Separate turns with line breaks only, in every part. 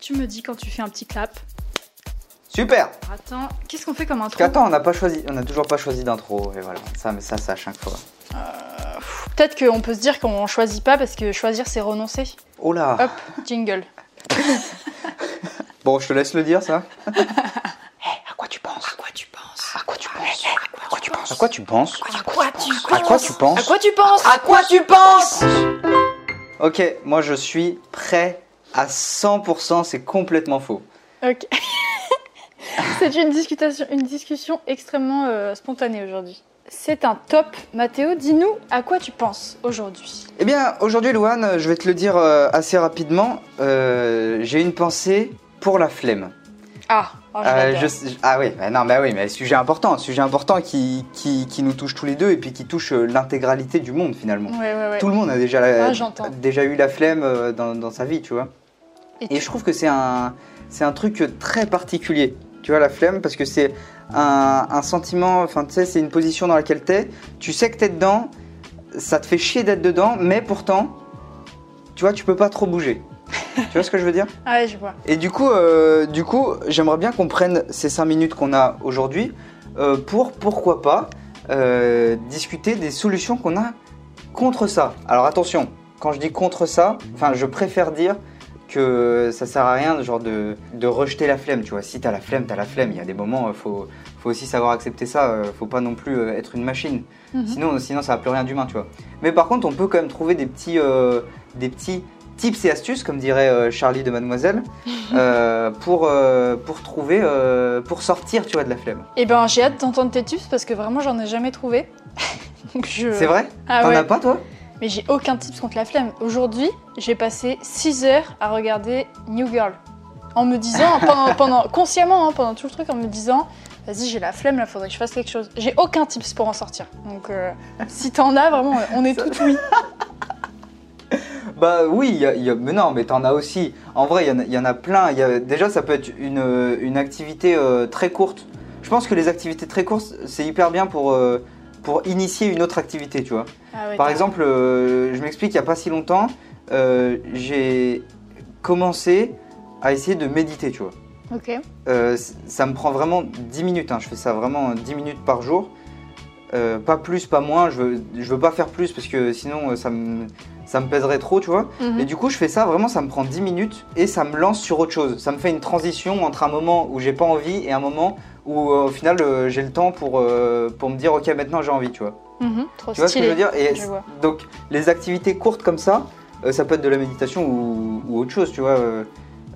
Tu me dis quand tu fais un petit clap.
Super
Attends, qu'est-ce qu'on fait comme
Parce
intro
qu'attends, on n'a pas choisi, on n'a toujours pas choisi d'intro, et voilà, ça, mais ça, c'est à chaque fois.
Peut-être qu'on peut se dire qu'on choisit pas parce que choisir c'est renoncer.
Oh là
Hop, jingle.
Bon, je te laisse le dire, ça
Eh, À quoi tu penses À quoi tu penses À quoi tu penses À quoi tu penses
À quoi tu
À quoi tu
penses À quoi tu
À
penses
quoi tu penses
À quoi tu penses Ok, moi, je suis prêt à 100%, c'est complètement faux.
Ok. c'est une discussion, une discussion extrêmement euh, spontanée aujourd'hui. C'est un top. Mathéo, dis-nous à quoi tu penses aujourd'hui.
Eh bien, aujourd'hui, Louane, je vais te le dire euh, assez rapidement, euh, j'ai une pensée pour la flemme.
Ah, oh, je
Euh,
l'adore.
je sais- ah oui, bah non, bah oui, mais sujet important, sujet important qui, qui, qui nous touche tous les deux et puis qui touche euh, l'intégralité du monde finalement.
Ouais, ouais, ouais.
Tout le monde a déjà, la-
Ah, j'entends.
déjà eu la flemme euh, dans, dans sa vie, tu vois.
Et
Et je trouve que c'est un, c'est un truc très particulier, tu vois, la flemme, parce que c'est un, un sentiment, enfin tu sais, c'est une position dans laquelle t'es, tu sais que t'es dedans, ça te fait chier d'être dedans, mais pourtant, tu vois, tu peux pas trop bouger. tu vois ce que je veux dire
Ah ouais, je vois.
et du coup, euh, du coup, j'aimerais bien qu'on prenne ces 5 minutes qu'on a aujourd'hui euh, pour, pourquoi pas, euh, discuter des solutions qu'on a contre ça. Alors attention, quand je dis contre ça, enfin, je préfère dire que ça sert à rien genre de, de rejeter la flemme, tu vois. Si t'as la flemme, t'as la flemme. Il y a des moments, euh, faut, faut aussi savoir accepter ça. euh, faut pas non plus euh, être une machine.
Mhm.
Sinon, sinon, ça n'a plus rien d'humain, tu vois. Mais par contre, on peut quand même trouver des petits, euh, des petits tips et astuces, comme dirait euh, Charlie de Mademoiselle, euh, pour, euh, pour trouver, euh, pour sortir, tu vois, de la flemme.
Eh ben, j'ai hâte d'entendre tes tips parce que vraiment, j'en ai jamais trouvé. Donc je...
C'est vrai
Ah
T'en
ouais.
as pas, toi
Mais j'ai aucun tips contre la flemme. Aujourd'hui, j'ai passé 6 heures à regarder New Girl. En me disant, pendant, pendant- consciemment, hein, pendant tout le truc, en me disant, vas-y, j'ai la flemme, là, faudrait que je fasse quelque chose. J'ai aucun tips pour en sortir. Donc, euh, si t'en as, vraiment, on est tout oui.
Bah oui, il y a- il y a- mais non, mais t'en as aussi. En vrai, il y en a- il y, en a plein. Il y a- déjà, ça peut être une, euh, une activité euh, très courte. Je pense que les activités très courtes, c'est hyper bien pour, euh, pour initier une autre activité, tu vois.
Ah ouais,
Par
t'as-
exemple, euh, je m'explique, il n'y a pas si longtemps, euh, j'ai commencé à essayer de méditer, tu vois.
Ok.
Euh, c- ça me prend vraiment 10 minutes, hein, je fais ça vraiment 10 minutes par jour. Euh, pas plus, pas moins, je veux, je veux pas faire plus parce que sinon euh, ça me, ça me pèserait trop, tu vois.
Mhm.
Et du coup, je fais ça, vraiment, ça me prend 10 minutes et ça me lance sur autre chose. Ça me fait une transition entre un moment où j'ai pas envie et un moment où euh, au final euh, j'ai le temps pour, euh, pour me dire ok, maintenant j'ai envie, tu vois.
Mhm. Trop
Tu vois ce que
stylé.
je veux dire Et
Je vois.
donc les activités courtes comme ça, euh, ça peut être de la méditation ou, ou autre chose, tu vois. euh,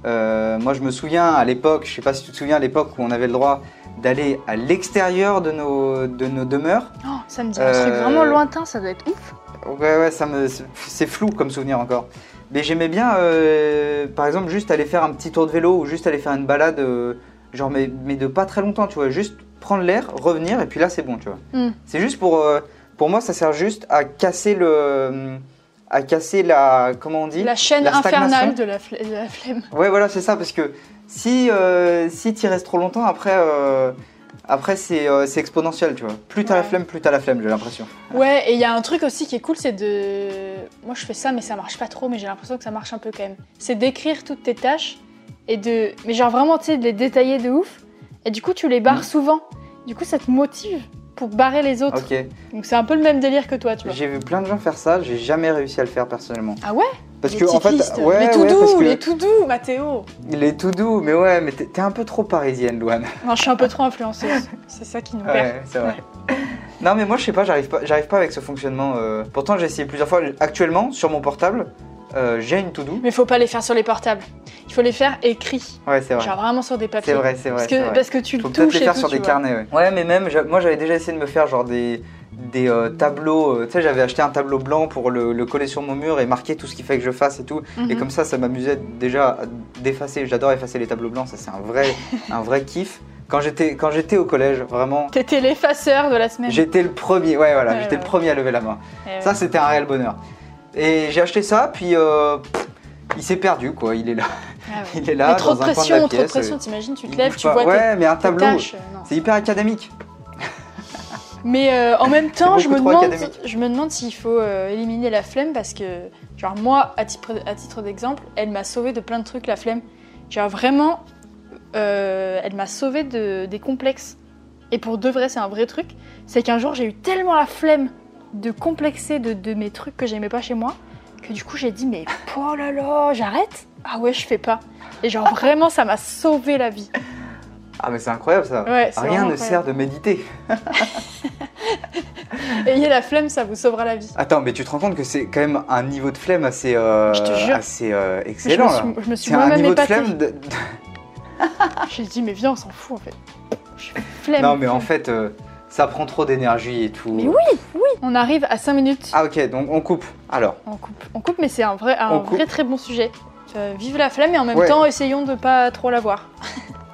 euh, moi, je me souviens à l'époque, je sais pas si tu te souviens à l'époque où on avait le droit d'aller à l'extérieur de nos, de nos demeures.
Oh, ça me dit un truc
Euh,
vraiment lointain, ça doit être ouf.
Ouais, ouais, ça me, c'est- c'est flou comme souvenir encore. Mais j'aimais bien, euh, par exemple, juste aller faire un petit tour de vélo ou juste aller faire une balade, euh, genre, mais, mais de pas très longtemps, tu vois. Juste prendre l'air, revenir, et puis là, c'est bon, tu vois.
Mm.
C'est juste pour. euh, pour moi, ça sert juste à casser le. à casser la. Comment on dit
La chaîne
la stagnation.
infernale de la, fle- de la flemme.
Ouais, voilà, c'est ça, parce que si, euh, si tu restes trop longtemps, après, euh, après c'est euh, c'est exponentiel, tu vois. Plus t'as la
Ouais.
flemme, plus t'as la flemme, j'ai l'impression.
Ouais, et il y a un truc aussi qui est cool, c'est de. Moi, je fais ça, mais ça marche pas trop, mais j'ai l'impression que ça marche un peu quand même. C'est d'écrire toutes tes tâches et de. Mais genre vraiment, tu sais, de les détailler de ouf. Et du coup, tu les barres
Mhm.
souvent. Du coup, ça te motive pour barrer les autres.
Ok.
Donc, c'est un peu le même délire que toi, tu vois.
J'ai vu plein de gens faire ça, j'ai jamais réussi à le faire personnellement.
Ah ouais
Parce
Les
que, en
petites
fait,
listes.
ouais,
les tout
ouais, parce
doux,
que
les tout doux, Mathéo.
il est tout doux, mais ouais, mais t'es t'es un peu trop parisienne, Louane.
Non, je suis un peu trop influenceuse. c'est ça qui nous perd.
Ouais, c'est vrai. Non, mais moi, je sais pas, j'arrive pas, j'arrive pas avec ce fonctionnement. euh. Pourtant, j'ai essayé plusieurs fois. Actuellement, sur mon portable, euh, j'ai une to do.
Mais faut pas les faire sur les portables. Il faut les faire écrits.
Ouais, c'est vrai.
Genre vraiment sur des papiers.
C'est vrai, c'est vrai.
Parce
c'est
que,
vrai.
parce que tu le
Faut
touches.
peut-être les
et
faire
tout,
sur
tu
des
vois.
carnets, ouais. Ouais, mais même, j'a- moi j'avais déjà essayé de me faire genre des, des euh, tableaux. euh, tu sais, j'avais acheté un tableau blanc pour le, le coller sur mon mur et marquer tout ce qu'il fallait que je fasse et tout. Et
Mhm.
comme ça, ça m'amusait déjà à- d'effacer. J'adore effacer les tableaux blancs, ça c'est un vrai, un vrai kiff. Quand j'étais, quand j'étais au collège, vraiment,
T'étais l'effaceur de la semaine.
j'étais le premier. Ouais, voilà,
Ouais,
j'étais
ouais.
le premier à lever la main.
Eh
Ça,
ouais.
c'était un réel bonheur. Et j'ai acheté ça, puis euh, pff, il s'est perdu, quoi. Il est là,
Ah ouais.
il est là.
Mais trop
dans
de
un coin
pression,
de
trop
la
de
pièce, euh,
pression, t'imagines, tu
il
te lèves,
bouge
tu
pas.
vois tes-
Ouais, mais un
tes,
tableau,
tâches. euh, non.
c'est hyper académique.
Mais euh, en même temps,
beaucoup
je me,
trop
demande,
académique.
je me demande s'il faut euh, éliminer la flemme parce que, genre moi, à titre, à titre d'exemple, elle m'a sauvé de plein de trucs la flemme. Genre vraiment, euh, elle m'a sauvée de, des complexes. Et pour de vrai, c'est un vrai truc. C'est qu'un jour, j'ai eu tellement la flemme de complexer de, de mes trucs que j'aimais pas chez moi que du coup, j'ai dit, mais oh là là, j'arrête Ah ouais, je fais pas. Et genre vraiment, ça m'a sauvé la vie.
Ah, mais c'est incroyable ça.
Ouais, c'est
Rien
vraiment
ne sert de méditer.
incroyable. Ayez la flemme, ça vous sauvera la vie.
Attends, mais tu te rends compte que c'est quand même un niveau de flemme assez, euh,
Je te jure.
assez euh,
Je me
excellent là.
suis, je me suis
C'est un
moi-même
niveau de
épatée.
flemme. de-
J'ai dit, mais viens, on s'en fout en fait. Je fais flemme.
Non, mais en fait, euh, ça prend trop d'énergie et tout.
Mais oui, oui. On arrive à 5 minutes.
Ah, ok, donc on coupe. Alors,
On coupe, on coupe, mais c'est un vrai, un
On coupe.
vrai très bon sujet. Euh, vive la flemme et en même
Ouais.
temps, essayons de pas trop la voir.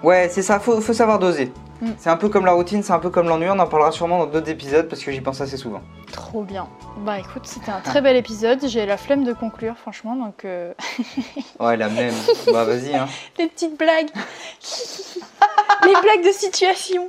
ouais, c'est ça, faut, faut savoir doser.
Mm.
C'est un peu comme la routine, c'est un peu comme l'ennui, on en parlera sûrement dans d'autres épisodes parce que j'y pense assez souvent.
Trop bien. Bah écoute, c'était un très bel épisode. J'ai la flemme de conclure, franchement, donc euh,
Ouais, la même. bah, vas-y, hein.
les petites blagues, les blagues de situation,